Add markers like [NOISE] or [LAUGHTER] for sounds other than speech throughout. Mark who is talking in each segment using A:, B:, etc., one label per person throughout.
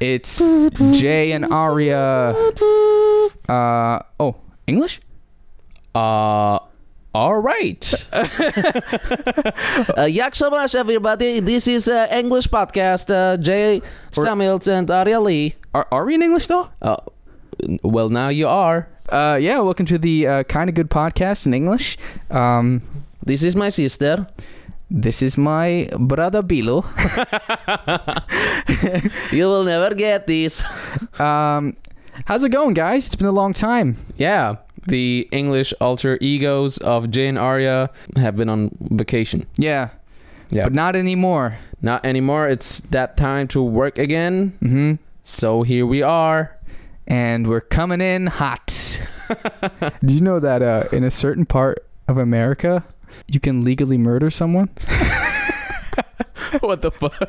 A: It's Jay and Aria. Uh oh, English? Uh all right.
B: Uh, yak so much, everybody. This is uh, English podcast. Uh, Jay Samuels and Aria Lee.
A: Are, are we in English though?
B: Uh, well, now you are.
A: Uh yeah, welcome to the uh, kind of good podcast in English. Um
B: This is my sister.
A: this is my brother Bilo.
B: You will never get this.
A: Um how's it going guys? It's been a long time.
C: [LAUGHS] Yeah, the English alter egos of Jay and Arya have been on vacation.
A: Yeah.
C: Yeah.
A: But not anymore.
C: Not anymore. It's that time to work again.
A: Mhm.
C: So here we
B: [LAUGHS]
C: are.
A: and we're coming in hot. [LAUGHS] Do you know that uh, in a certain part of America, you can legally murder someone?
C: what the fuck?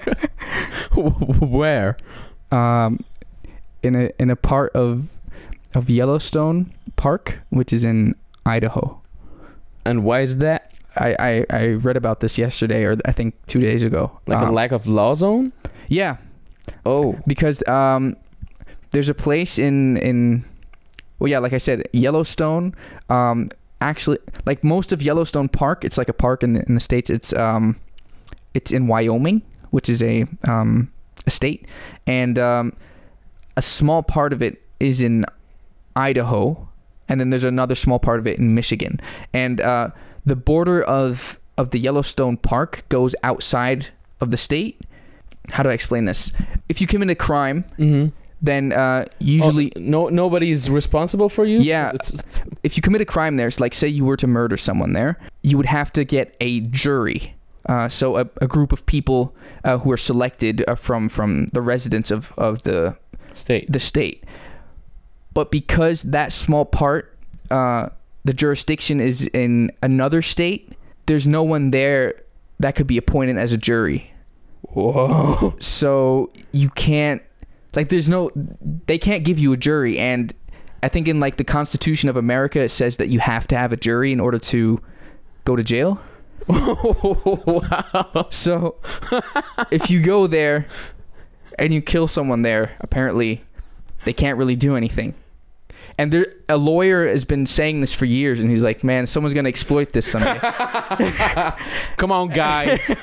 C: [LAUGHS] Where?
A: Um, in a in a part of of Yellowstone Park, which is in Idaho.
C: And why is that?
A: I, I, I read about this yesterday, or I think two days ago.
C: Like
B: Ah.
C: a
A: Um,
C: lack of law zone?
A: yeah,
C: Oh.
A: because um, there's a place in in well yeah like i said yellowstone um actually like most of yellowstone park it's like a park in the, in the states it's um it's in wyoming which is a um a state and um a small part of it is in idaho and then there's another small part of it in michigan and uh the border of of the yellowstone park goes outside of the state how do i explain this if you commit a crime
C: Mm-hmm.
A: then uh, usually
C: no, nobody's responsible for you.
A: Yeah.
C: It's-
A: if you commit a crime there, it's like say you were to murder someone there, you would have to get a jury. Uh, so a, a group of people uh, who are selected uh, from from the residents of, of the
C: state.
A: the state. But because that small part, uh, the jurisdiction is in another state, there's no one there that could be appointed as a jury.
C: Whoa.
A: so you can't like there's no they can't give you a jury and i think in like the constitution of america it says that you have to have a jury in order to go to jail
C: wow.
A: so if you go there and you kill someone there apparently they can't really do anything and there a lawyer has been saying this for years and he's like man someone's going to exploit this someday
C: [LAUGHS] Come on, [LAUGHS] guys.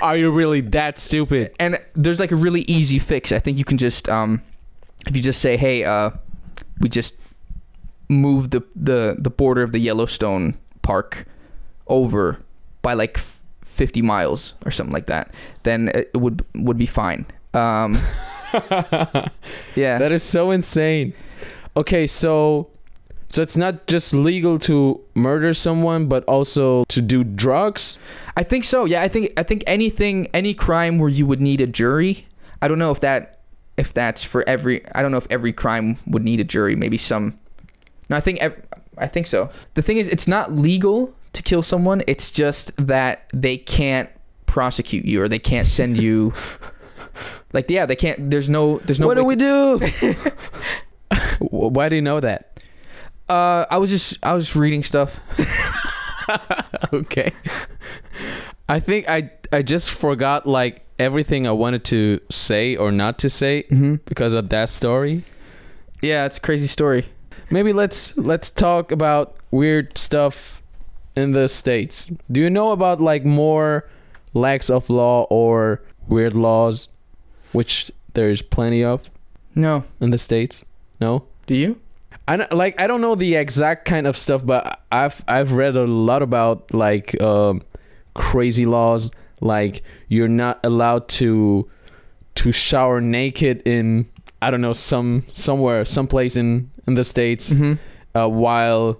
C: Are you really that stupid?
A: and there's like a really easy fix. I think you can just um, if you just say, "Hey, uh, we just move the the the border of the Yellowstone Park over by like f- 50 miles or something like that," then it would would be fine. Um, [LAUGHS] yeah,
C: [LAUGHS] That is so insane. Okay, so so it's not just legal to murder someone, but also to do drugs.
A: I think so. Yeah, I think I think anything any crime where you would need a jury. I don't know if that if that's for every I don't know if every crime would need a jury. Maybe some. No, I think ev- I think so. The thing is it's not legal to kill someone. It's just that they can't prosecute you or they can't send
C: [LAUGHS]
A: you like yeah, they can't there's no there's no
C: what do
A: way
C: we do? [LAUGHS] Wh- Why do you know that?
A: to- uh I was just I was reading stuff.
C: [LAUGHS] Okay. I think I I just forgot like everything I wanted to say or not to say
A: Mm-hmm.
C: because of that story.
A: Yeah, it's a crazy story.
C: Maybe let's let's talk about weird stuff in the states. Do you know about like more lacks of law or weird laws, which there's plenty of
A: No.
C: in the states? No,
A: Do you?
C: I don't, like I don't know the exact kind of stuff, but I've I've read a lot about like um, crazy laws, like you're not allowed to to shower naked in I don't know some somewhere someplace in in the states
A: Mm-hmm.
C: uh, while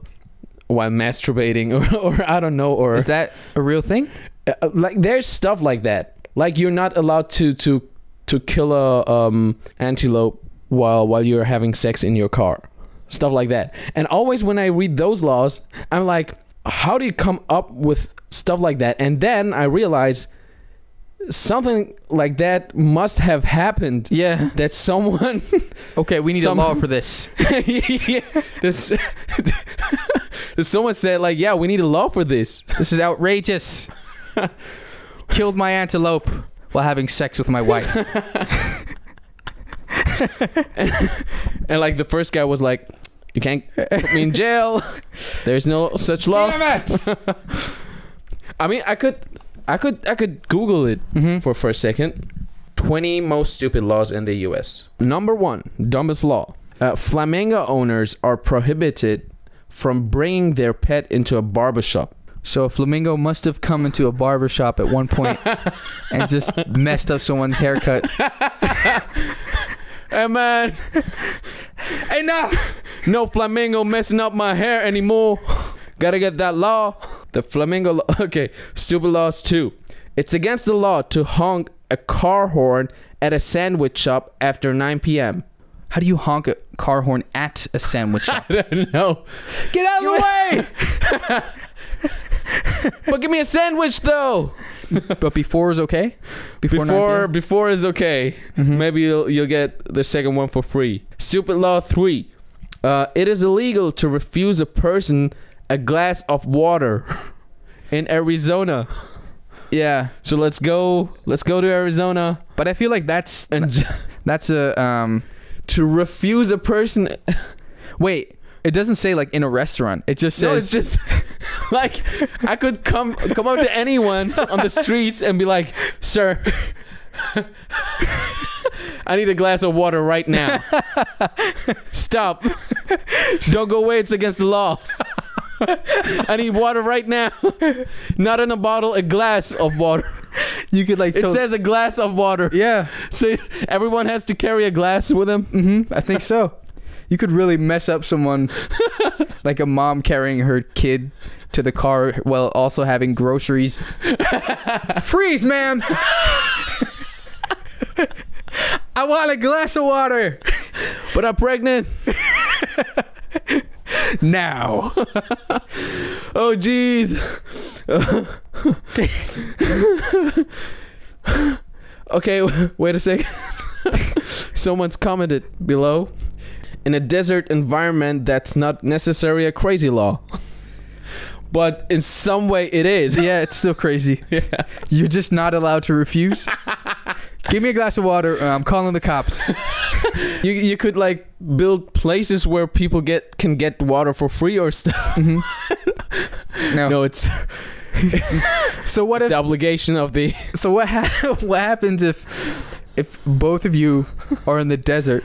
C: while masturbating [LAUGHS] or, or I don't know or
A: Is that a real thing?
C: uh, uh, like there's stuff like that. Like you're not allowed to to to kill a um antelope while while you're having sex in your car. Stuff like that. And always when I read those laws, I'm like how do you come up with stuff like that? And then I realize something like that must have happened
A: Yeah.
C: that someone [LAUGHS]
A: Okay, we need
C: Some-
A: a law for this.
C: yeah, this, [LAUGHS] someone said like, yeah, we need a law for this.
A: This is outrageous. Killed my antelope while having sex with my wife.
C: And like the first guy was like, "You can't put me in jail. There's no such law." [LAUGHS] I mean, I could, I could, I could Google it
A: hmm
C: for for a second. Twenty most stupid laws in the U.S. Number one, dumbest law: uh, Flamingo owners are prohibited from bringing their pet into a barbershop.
A: So a flamingo must have come into a barber shop at one point and just messed up someone's haircut.
C: Hey man,
A: Enough!
C: no flamingo messing up my hair anymore. Gotta get that law. The flamingo. Law. [LAUGHS] Okay, stupid laws too. It's against the law to honk a car horn at a sandwich shop after 9 [LAUGHS] p.m.
A: How do you honk a car horn at a
C: [LAUGHS]
A: sandwich shop?
C: I don't know.
A: Get out of the way!
C: But give me a sandwich though.
A: but before is okay?
C: Before
A: 9
C: before,
A: p.m.?
C: is okay. Maybe you'll, you'll get the second one for free. Stupid law three. Uh, it is illegal to refuse a person a glass of water [LAUGHS] in Arizona.
A: Yeah.
C: So let's go. Let's go to Arizona
A: But I feel like that's
C: and [LAUGHS] j-
A: that's a um
C: to refuse a person.
A: wait, it doesn't say like in a restaurant. It just
C: no, it's
A: says
C: just [LAUGHS] like I could come come up to anyone on the streets and be like, "Sir, [LAUGHS] I need a glass of water right now. Stop! Don't go away. It's against the law." [LAUGHS] I need water right now. Not in a bottle, a glass of water.
A: you could like
C: It says a glass of water.
A: yeah.
C: So everyone has to carry a glass with them.
A: Mm-hmm. I think so. You could really mess up someone, like a mom carrying her kid to the car while also having groceries. Freeze, ma'am. I want a glass of water
C: But I'm pregnant.
A: now.
C: Oh jeez. okay, w- wait a second. [LAUGHS] Someone's commented below. In a desert environment, that's not necessarily a crazy law. But in some way, it is.
A: Yeah, it's still crazy.
C: Yeah.
A: You're just not allowed to refuse. Give me a glass of water. Or I'm calling the cops.
C: You you could like build places where people get can get water for free or [LAUGHS] stuff.
A: No.
C: No, it's,
A: So what
C: it's
A: if?
C: the obligation of the.
A: So what? Ha- [LAUGHS] what happens if if both of you are in the desert?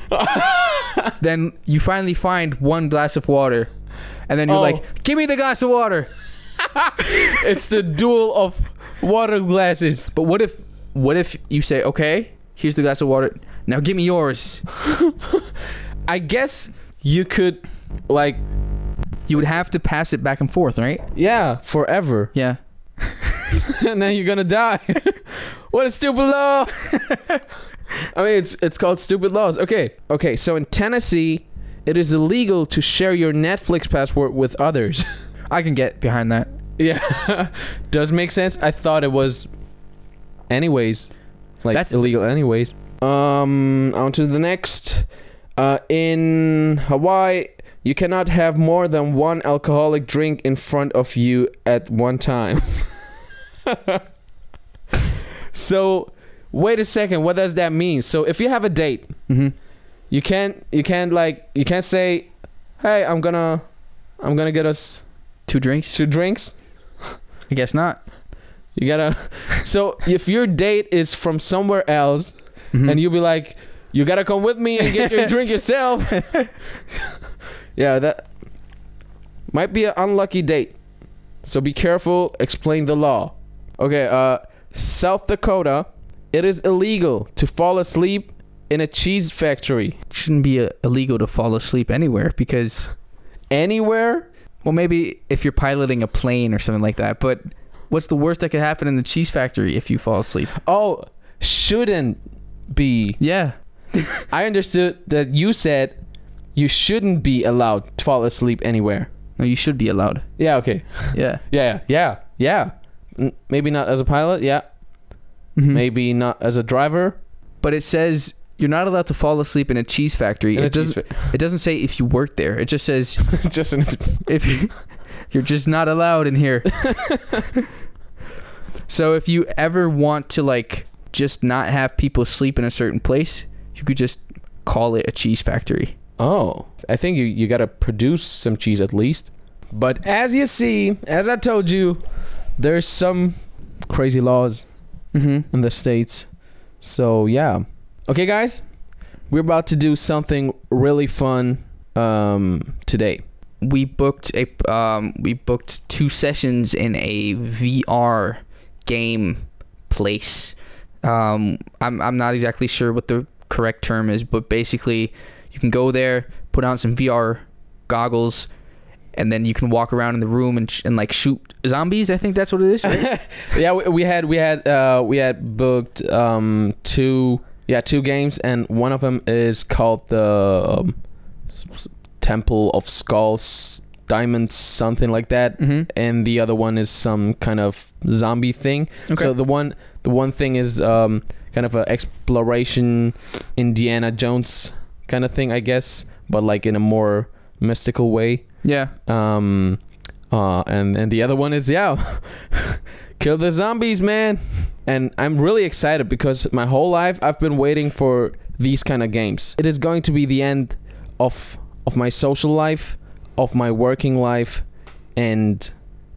A: then you finally find one glass of water, and then you're
C: Oh.
A: like, "Give me the glass of water."
C: [LAUGHS] it's the duel of water glasses.
A: But what if what if you say, "Okay, here's the glass of water. Now give me yours."
C: I guess you could like
A: You would have to pass it back and forth, right?
C: yeah, forever. [LAUGHS]
A: Yeah.
C: and then you're gonna die. [LAUGHS] what a stupid law. [LAUGHS] I mean it's it's called stupid laws. Okay. Okay, so in Tennessee, it is illegal to share your Netflix password with others.
A: I can get behind that.
C: yeah. Does make sense. I thought it was anyways. Like
A: That's-
C: that's illegal anyways. Um on to the next. Uh in Hawaii you cannot have more than one alcoholic drink in front of you at one time. [LAUGHS] so wait a second, what does that mean? So if you have a date,
A: Mm-hmm.
C: you can't you can't like you can't say, Hey, I'm gonna I'm gonna get us
A: Two drinks?
C: two drinks.
A: I guess not.
C: You gotta. So if your date is from somewhere else,
A: Mhm.
C: and you'll be like, you gotta come with me and get your drink yourself. yeah, that might be an unlucky date. So be careful. Explain the law. Okay. Uh, South Dakota, it is illegal to fall asleep in a cheese factory.
A: shouldn't be uh, illegal to fall asleep anywhere because
C: Anywhere?
A: Well, maybe if you're piloting a plane or something like that. But what's the worst that could happen in the cheese factory if you fall asleep?
C: Oh, shouldn't be.
A: Yeah.
C: I understood that you said you shouldn't be allowed to fall asleep anywhere.
A: No, you should be
C: [LAUGHS]
A: allowed.
C: Yeah, okay.
A: Yeah.
C: Yeah, yeah, yeah. N- Maybe not as a pilot, yeah.
A: Mhm.
C: Maybe not as a driver. [LAUGHS]
A: But it says you're not allowed to fall asleep in a cheese factory.
C: in a
A: it doesn't.
C: cheese
A: It doesn't say if you work there. It just
C: [LAUGHS]
A: says
C: fa- Just an [LAUGHS]
A: if you, you're just not allowed in here. So if you ever want to like just not have people sleep in a certain place, you could just call it a cheese factory.
C: Oh, I think you, you gotta produce some cheese at least. But as you see, as I told you, there's some crazy laws
A: Mm-hmm.
C: in the states. So yeah. Okay, guys, we're about to do something really fun um, today.
A: We booked a um, we booked two sessions in a VR game place. Um, I'm I'm not exactly sure what the correct term is, but basically you can go there, put on some VR goggles, and then you can walk around in the room and sh- and like shoot zombies. I think that's what it is. right?
C: [LAUGHS] yeah, we, we had we had uh, we had booked um, two yeah two games, and one of them is called the um, s- s- Temple of Skulls, Diamonds, something like that.
A: mm-hmm.
C: and the other one is some kind of zombie thing.
A: Okay.
C: So the one the one thing is um, kind of a exploration Indiana Jones kind of thing, I guess, but like in a more mystical way.
A: [LAUGHS] yeah.
C: Um, uh, and and the other one is yeah, [LAUGHS] kill the zombies, man. And I'm really excited because my whole life I've been waiting for these kind of games. It is going to be the end of of my social life, of my working life, and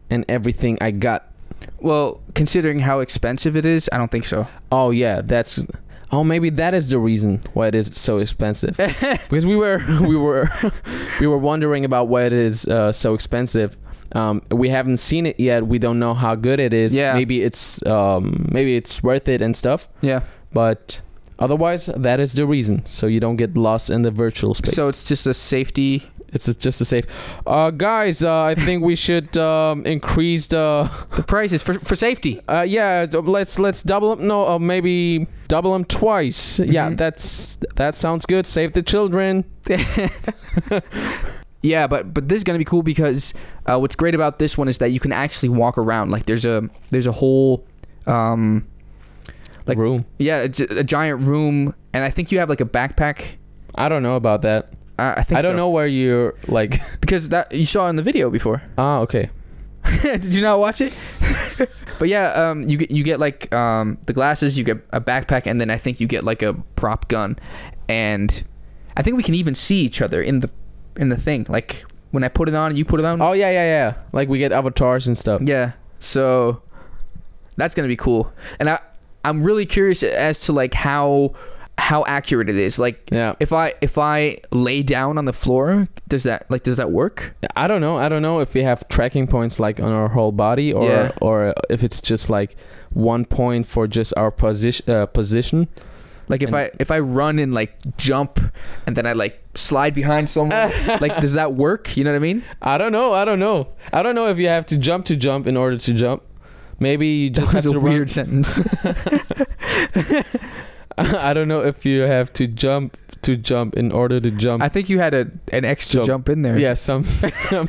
C: and everything I got.
A: Well, considering how expensive it is, I don't think so.
C: Oh yeah, that's oh maybe that is the reason why it is so
A: [LAUGHS]
C: expensive. because we were [LAUGHS] we were we were wondering about why it is uh, so expensive. Um, we haven't seen it yet. We don't know how good it is.
A: Yeah.
C: Maybe it's um, maybe it's worth it and stuff.
A: Yeah.
C: But otherwise, that is the reason. So you don't get lost in the virtual space.
A: So it's just a safety.
C: it's a- just a safe. Uh, guys, uh, I think we should um, increase the.
A: The price is for for safety.
C: Uh, yeah, d- let's let's double them. No, uh, maybe double them twice. Yeah,
A: Mhm.
C: that's that sounds good. Save the children.
A: Yeah, but but this is gonna be cool because uh, what's great about this one is that you can actually walk around. Like there's a there's a whole, um, Like-
C: room.
A: yeah, it's a, a giant room, and I think you have like a backpack.
C: I don't know about that.
A: I, I
C: I,
A: think
C: don't
A: so.
C: know where you're like. [LAUGHS]
A: because that you saw in the video before. [LAUGHS]
C: Ah, okay.
A: Did you not watch it? [LAUGHS] but yeah, um, you get you get like um, the glasses, you get a backpack, and then I think you get like a prop gun, and I think we can even see each other in the in the thing. Like when I put it on, you put it on.
C: Oh yeah, yeah, yeah. Like we get avatars and stuff.
A: Yeah, so that's gonna be cool, and I I'm really curious as to like how how accurate it is. Like
C: Yeah.
A: if I if I lay down on the floor, does that like does that work?
C: I don't know. I don't know if we have tracking points like on our whole body or
A: Yeah.
C: or if it's just like one point for just our position uh, position.
A: Like if
C: And-
A: I if I run and like jump and then I like slide behind
C: [LAUGHS]
A: someone, like does that work? You know what I mean?
C: I don't know. I don't know. I don't know if you have to jump to jump in order to jump. Maybe you just
A: That was
C: have
A: a
C: to run.
A: weird
C: [LAUGHS]
A: sentence.
C: I don't know if you have to jump to jump in order to jump.
A: I think you had a an extra
C: Um, Jump.
A: jump, in there.
C: [LAUGHS] yeah, some. [LAUGHS] some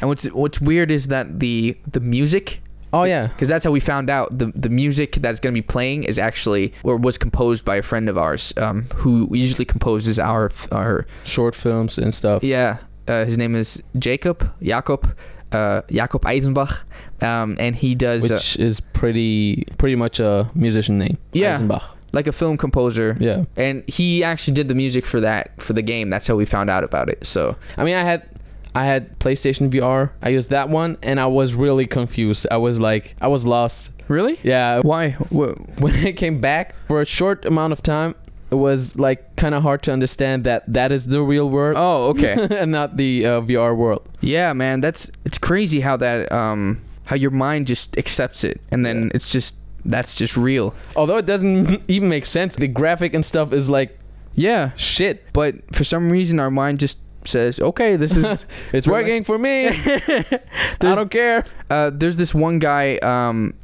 A: And what's what's weird is that the the music
C: oh yeah.
A: because that's how we found out the the music that's going to be playing is actually or was composed by a friend of ours um, who usually composes our our
C: Short films and stuff.
A: yeah uh, his name is Jacob Jakob uh, Jakob Eisenbach um, and he does uh,
C: Which is pretty pretty much a musician name.
A: Yeah.
C: Eisenbach.
A: like a film composer
C: Yeah.
A: and he actually did the music for that for the game that's how we found out about it so
C: I mean, I had I had PlayStation VR. I used that one, and I was really confused. I was like, I was lost.
A: really
C: Yeah. [LAUGHS]
A: why what,
C: When I came back for a short amount of time, it was like kind of hard to understand that that is the real world
A: oh okay
C: [LAUGHS] and not the uh, VR world.
A: yeah man that's it's crazy how that um how your mind just accepts it and then it's just that's just real
C: Although it doesn't [LAUGHS] even make sense. The graphic and stuff is like
A: yeah
C: shit.
A: but for some reason our mind just says okay this is
C: It's
A: Really?
C: working for [LAUGHS] me. I don't care.
A: uh, there's this one guy um,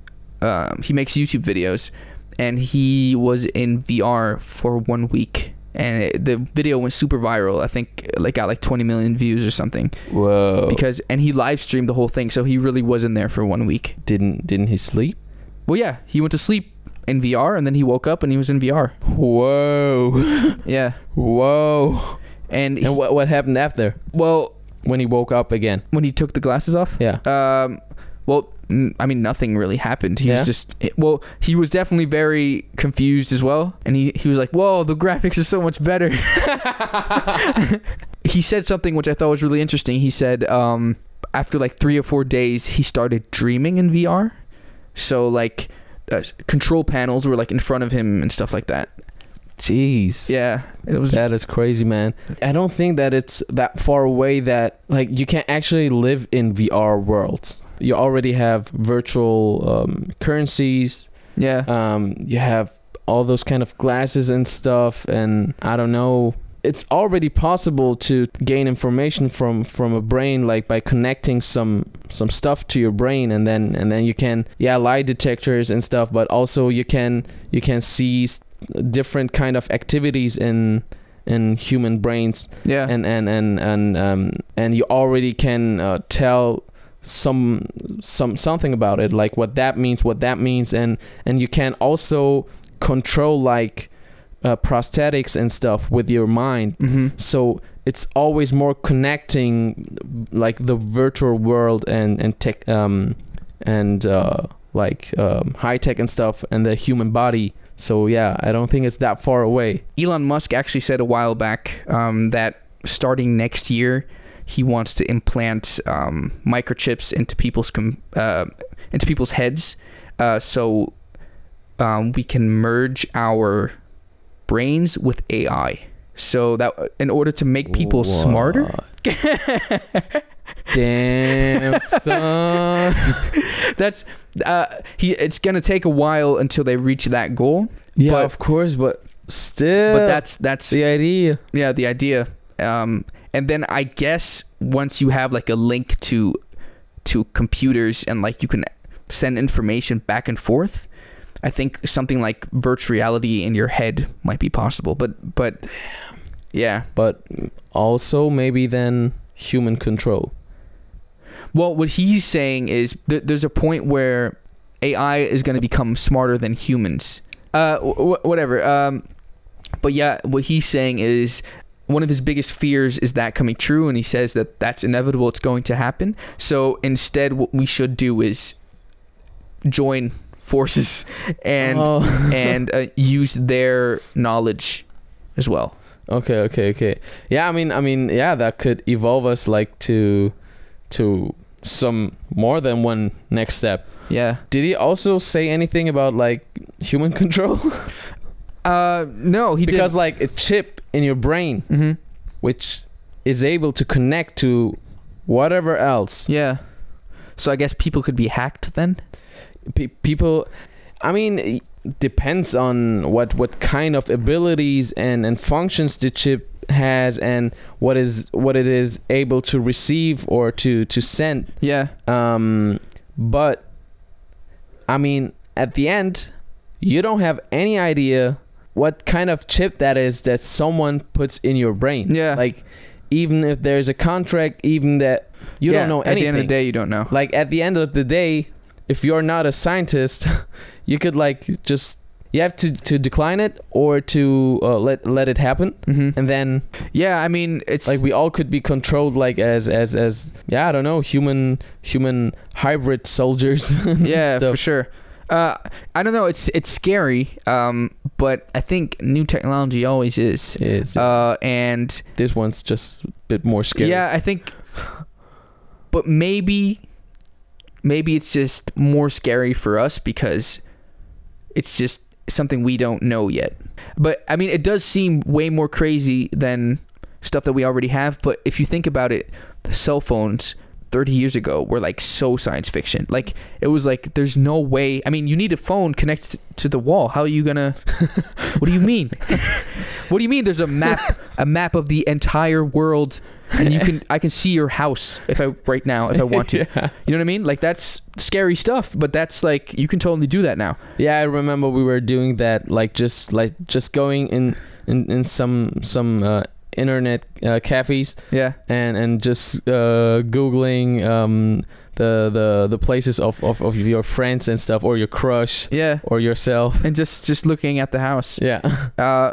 A: uh, he makes youtube videos and he was in vr for one week and it, the video went super viral i think like got like 20 million views or something
C: Whoa.
A: because and he live streamed the whole thing so he really was in there for one week
C: didn't didn't he sleep?
A: well yeah he went to sleep in vr and then he woke up and he was in vr
C: Whoa.
A: yeah
C: Whoa.
A: and, he-
C: And what what happened after
A: well
C: when he woke up again?
A: when he took the glasses off
C: Yeah.
A: um Well, n- I mean, nothing really happened. He
C: Yeah?
A: was just it- well, he was definitely very confused as well, and he he was like, "Whoa, the graphics are so much
C: [LAUGHS]
A: better." he said something which I thought was really interesting. He said, um, after like three or four days, he started dreaming in VR, so like. Uh, control panels were like in front of him and stuff like that.
C: Jeez.
A: Yeah, it was
C: That is crazy, man. I don't think that it's that far away that like you can actually live in VR worlds. You already have virtual um, currencies.
A: yeah.
C: Um, you have all those kind of glasses and stuff, and I don't know. It's already possible to gain information from from a brain, like by connecting some some stuff to your brain, and then and then you can yeah lie detectors and stuff, but also you can you can see s- different kind of activities in in human brains
A: Yeah.
C: and and and and um, and you already can uh, tell some some something about it like what that means what that means and and you can also control like uh, prosthetics and stuff with your mind
A: mm-hmm.
C: so it's always more connecting like the virtual world and and tech um and uh like um, high tech and stuff and the human body so yeah i don't think it's that far away
A: Elon Musk actually said a while back um, that starting next year, he wants to implant um, microchips into people's com- uh, into people's heads, uh, so um, we can merge our brains with AI. So that in order to make people smarter,
C: [LAUGHS] What? Damn [LAUGHS] son.
A: that's uh, he. It's gonna take a while until they reach that goal,
C: Yeah,
A: But-
C: of course, but still,
A: but that's that's
C: the idea.
A: yeah the idea um and then i guess once you have like a link to to computers and like you can send information back and forth i think something like virtual reality in your head might be possible but but yeah
C: But also maybe then human control.
A: well what he's saying is th- there's a point where ai is going to become smarter than humans uh w- w- whatever um but yeah what he's saying is one of his biggest fears is that coming true and he says that that's inevitable it's going to happen so instead what we should do is join forces [LAUGHS] and
C: Oh.
A: and uh, use their knowledge as well
C: [LAUGHS] okay, okay, okay. Yeah, I mean, I mean, yeah, that could evolve us like to, to some more than one next step.
A: yeah
C: Did he also say anything about like human [LAUGHS] control?
A: uh no he
C: because
A: did
C: like a chip in your brain
A: mm-hmm.
C: which is able to connect to whatever else
A: yeah so i guess people could be hacked then
C: pe- people i mean it depends on what what kind of abilities and and functions the chip has and what is what it is able to receive or to to send
A: yeah
C: um but i mean at the end you don't have any idea what kind of chip that is that someone puts in your brain
A: Yeah.
C: like even if there's a contract even that you
A: Yeah,
C: don't know anything
A: At the end of the day, you don't know.
C: like at the end of the day if you're not a scientist [LAUGHS] you could like just you have to to decline it or to uh, let let it happen
A: Mm-hmm.
C: and then
A: Yeah, I mean, it's
C: like [LAUGHS] we all could be controlled like as as as yeah i don't know human human
A: [LAUGHS]
C: hybrid soldiers [LAUGHS] and
A: yeah, for
C: stuff.
A: sure. Uh, I don't know. It's it's scary, um, but I think new technology always is.
C: Yes,
A: Uh, and
C: this one's just a bit more scary
A: yeah, I think. But maybe, maybe it's just more scary for us because it's just something we don't know yet. But I mean, it does seem way more crazy than stuff that we already have. But if you think about it, the cell phones 30 years ago were like so science fiction. Like it was like there's no way. I mean, you need a phone connected to the wall. How are you
C: [LAUGHS]
A: gonna? what do you mean? what do you mean? There's a map, a map of the entire world, and you
C: [LAUGHS]
A: can I can see your house if I right now if I want to.
C: yeah.
A: You know what I mean? Like that's scary stuff. But that's like you can totally do that now.
C: Yeah, I remember we were doing that, like just like just going in in, in some some uh, internet uh, cafes
A: Yeah.
C: and and just uh, googling um, the the the places of, of of your friends and stuff, or your crush,
A: Yeah.
C: or yourself.
A: And just just looking at the house.
C: Yeah, [LAUGHS]
A: Uh,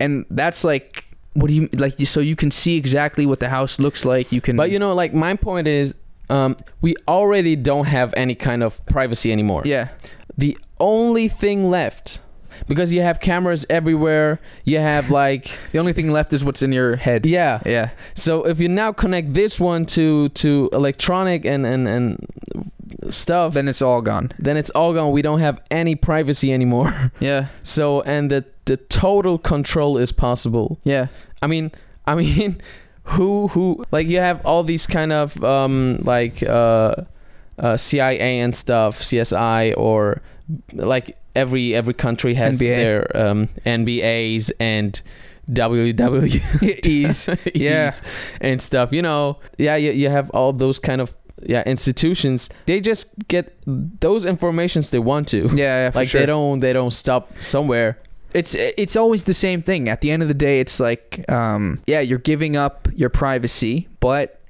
A: and that's like what do you like? So you can see exactly what the house looks like. You can.
C: but you know, like my point is, um, we already don't have any kind of privacy anymore.
A: Yeah.
C: The only thing left, because you have cameras everywhere, you have like
A: The only thing left is what's in your head.
C: yeah.
A: Yeah.
C: So if you now connect this one to to electronic and and and stuff,
A: Then it's all gone.
C: then it's all gone. We don't have any privacy anymore. [LAUGHS]
A: Yeah.
C: So and the the total control is possible.
A: Yeah.
C: I mean, I mean, [LAUGHS] who who like you have all these kind of um like uh, uh CIA and stuff, CSI or like every every country has
A: NBA.
C: their um NBAs and WWEs
A: [LAUGHS] Yeah.
C: and stuff. You know, yeah, you, you have all those kind of yeah institutions. They just get those informations they want to.
A: Yeah. yeah for
C: like
A: sure.
C: they don't they don't stop somewhere.
A: it's it's always the same thing. At the end of the day, it's like, um, yeah, you're giving up your privacy, but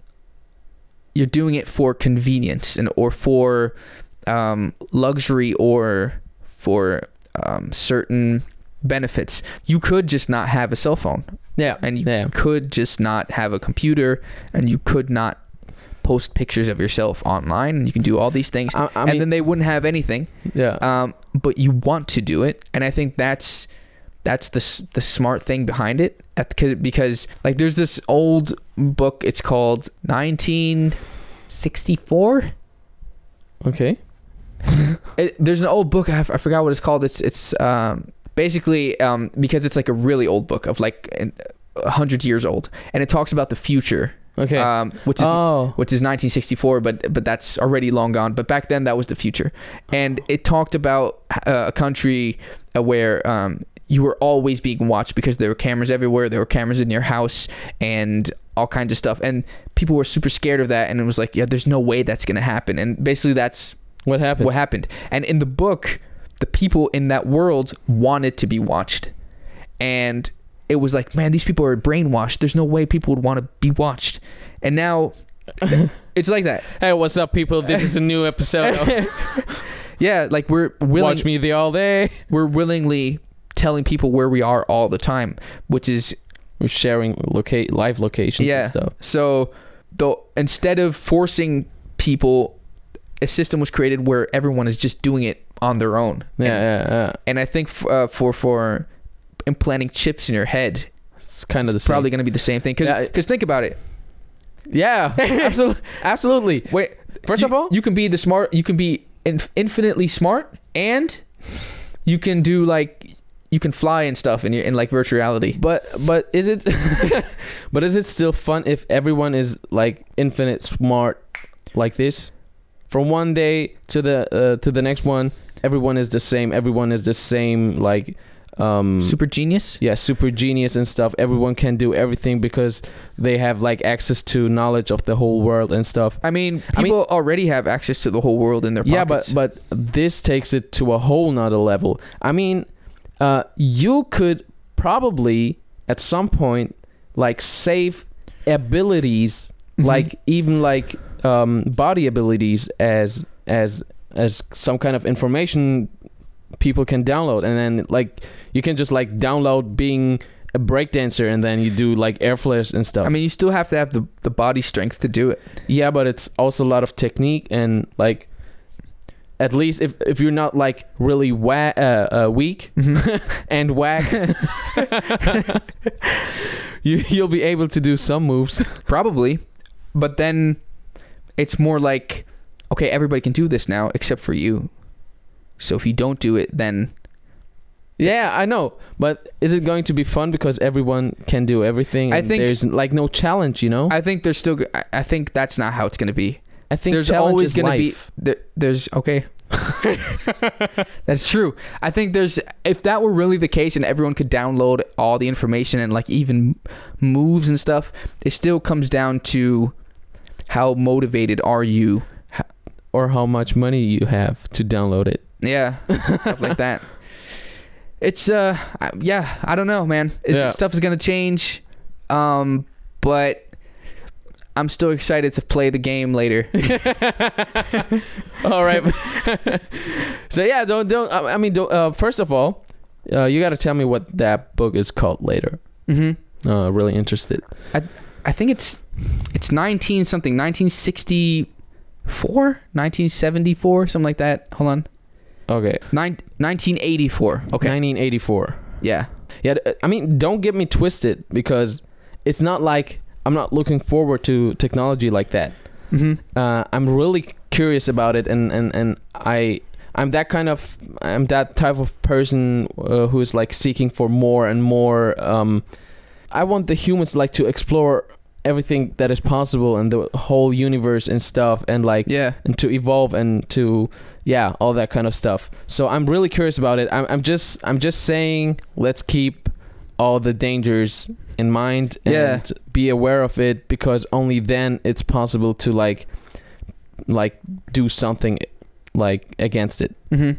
A: you're doing it for convenience and or for um, luxury or for um, certain benefits. You could just not have a cell phone,
C: Yeah.
A: and you
C: yeah.
A: could just not have a computer, and you could not post pictures of yourself online. And you can do all these things,
C: I, I
A: and
C: mean,
A: then they wouldn't have anything
C: yeah.
A: um, but you want to do it, and I think that's that's the s- the smart thing behind it. At the, 'cause- because like there's this old book, it's called 1964.
C: okay.
A: It, there's an old book I, f- I forgot what it's called. It's it's um, basically um, because it's like a really old book of like an- a hundred years old, and it talks about the future,
C: Okay.
A: um, which is
C: oh.
A: which is 1964, but but that's already long gone. But back then, that was the future, and it talked about uh, a country uh, where um, you were always being watched because there were cameras everywhere, there were cameras in your house, and all kinds of stuff. And people were super scared of that, and it was like, yeah, there's no way that's gonna happen. And basically, that's
C: What happened?
A: what happened. And in the book, the people in that world wanted to be watched. And it was like, man, these people are brainwashed. There's no way people would want to be watched. And
C: [LAUGHS]
A: now it's like that.
C: Hey, what's up, people? This is a new episode [LAUGHS] of
A: Yeah, like we're willing,
C: Watch Me the All Day.
A: we're willingly telling people where we are all the time, which is
C: We're sharing locate live locations
A: Yeah.
C: and stuff.
A: so though instead of forcing people a system was created where everyone is just doing it on their own.
C: Yeah,
A: And,
C: yeah, yeah.
A: and I think f- uh, for for implanting chips in your head
C: It's kind of the
A: it's
C: same.
A: probably going to be the same thing. Because
C: Yeah, I-
A: think about it.
C: Yeah, [LAUGHS] absolutely. absolutely.
A: Wait,
C: First
A: you-
C: of all,
A: you can be the smart. You can be inf- infinitely smart, and you can do like you can fly and stuff in your in like virtual reality.
C: but but is it [LAUGHS] but is it still fun if everyone is like infinite smart like this? From one day to the uh, to the next one, everyone is the same. Everyone is the same like um
A: Super genius.
C: yeah super genius and stuff everyone can do everything because they have like access to knowledge of the whole world and stuff
A: I mean, people
C: I mean-
A: already have access to the whole world in their
C: yeah
A: pockets.
C: but but this takes it to a whole nother level i mean uh you could probably at some point like save abilities
A: Mhm.
C: like even like um body abilities as as as some kind of information people can download and then like you can just like download being a breakdancer and then you do like air flares and stuff
A: I mean, you still have to have the, the body strength to do it.
C: yeah but it's also a lot of technique and like at least if if you're not like really wa- uh, uh, weak
A: Mm-hmm.
C: [LAUGHS] and whack you you'll be able to do some moves [LAUGHS]
A: Probably, but then it's more like okay, everybody can do this now except for you. So if you don't do it, then
C: Yeah, I know, but is it going to be fun because everyone can do everything?
A: I
C: and
A: think-
C: there's like no challenge, you know. I,
A: I think there's still. go- I- I think that's not how it's going to be.
C: think
A: there's
C: challenge
A: always
C: is
A: gonna be-
C: life.
A: there, there's
C: [LAUGHS]
A: okay. That's true. I think there's if that were really the case and everyone could download all the information and like even moves and stuff, it still comes down to how motivated are you?
C: or how much money you have to download it.
A: Yeah, stuff like
C: [LAUGHS]
A: that. It's uh I- yeah, I don't know, man. It's,
C: Yeah.
A: Stuff is going to change um but I'm still excited to play the game later.
C: [LAUGHS] all right. so yeah, don't don't. I I mean, don't, uh, first of all, uh, you got to tell me what that book is called later.
A: Mhm.
C: Uh, really interested.
A: I think it's it's 19 something 1960 1974, something like that. Hold on.
C: Okay.
A: Nine, 1984. Okay.
C: 1984.
A: yeah.
C: Yeah, th- I mean, don't get me twisted because it's not like I'm not looking forward to technology like that.
A: hmm
C: Uh, I'm really curious about it, and and and I I'm that kind of I'm that type of person uh, who is like seeking for more and more. Um, I want the humans like to explore everything that is possible and the whole universe and stuff, and like
A: Yeah.
C: and to evolve and to yeah all that kind of stuff so i'm really curious about it i'm, I'm just i'm just saying let's keep all the dangers in mind and
A: Yeah.
C: be aware of it because only then it's possible to like like do something like against it
A: hmm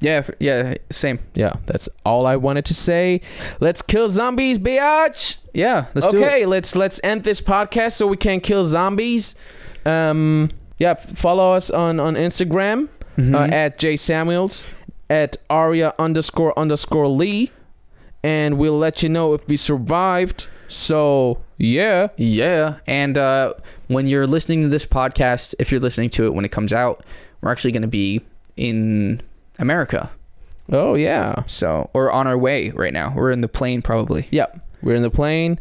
A: Yeah. f- Yeah. Same.
C: yeah that's all i wanted to say let's kill zombies biatch
A: Yeah. Let's do it.
C: okay, let's let's end this podcast so we can kill zombies. Um, yeah, f- follow us on on Instagram
A: Mhm.
C: uh, at J Samuels at Aria underscore underscore Lee, and we'll let you know if we survived. So yeah,
A: Yeah, and uh, when you're listening to this podcast, if you're listening to it when it comes out, we're actually going to be in America,
C: oh yeah,
A: so or on our way right now. We're in the plane probably.
C: yep. We're in the plane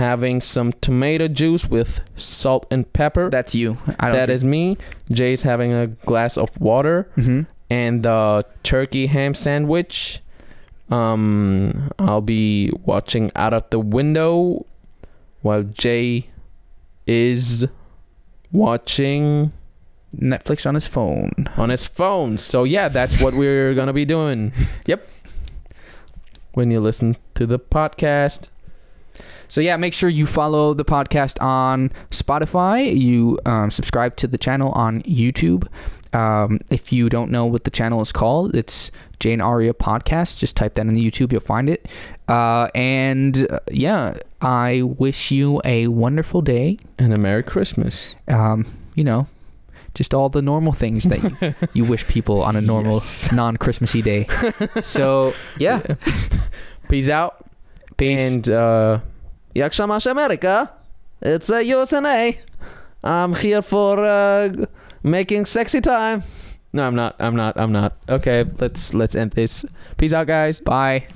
C: having some tomato juice with salt and pepper.
A: That's you. I don't
C: that is me. Jay's having a glass of water.
A: hmm
C: and the turkey ham sandwich. Um, I'll be watching out of the window while Jay is watching
A: Netflix on his phone.
C: on his phone. So yeah, that's what we're gonna be [LAUGHS] doing.
A: Yep.
C: When you listen to the podcast,
A: So yeah, make sure you follow the podcast on Spotify. You um, subscribe to the channel on YouTube. Um, if you don't know what the channel is called, it's Jane Aria Podcast. Just type that in the YouTube, you'll find it. Uh, and uh, yeah, I wish you a wonderful day.
C: and a Merry Christmas.
A: Um, you know, just all the normal things that you,
C: [LAUGHS]
A: you wish people on a normal,
C: Yes.
A: non-Christmassy
C: [LAUGHS]
A: day. So yeah,
C: Peace out.
A: peace.
C: And uh,
B: Jak się masz America? It's uh, USA. I'm here for uh, g- making sexy time.
C: no, I'm not. I'm not. I'm not. Okay, let's let's end this. Peace out, guys.
A: Bye.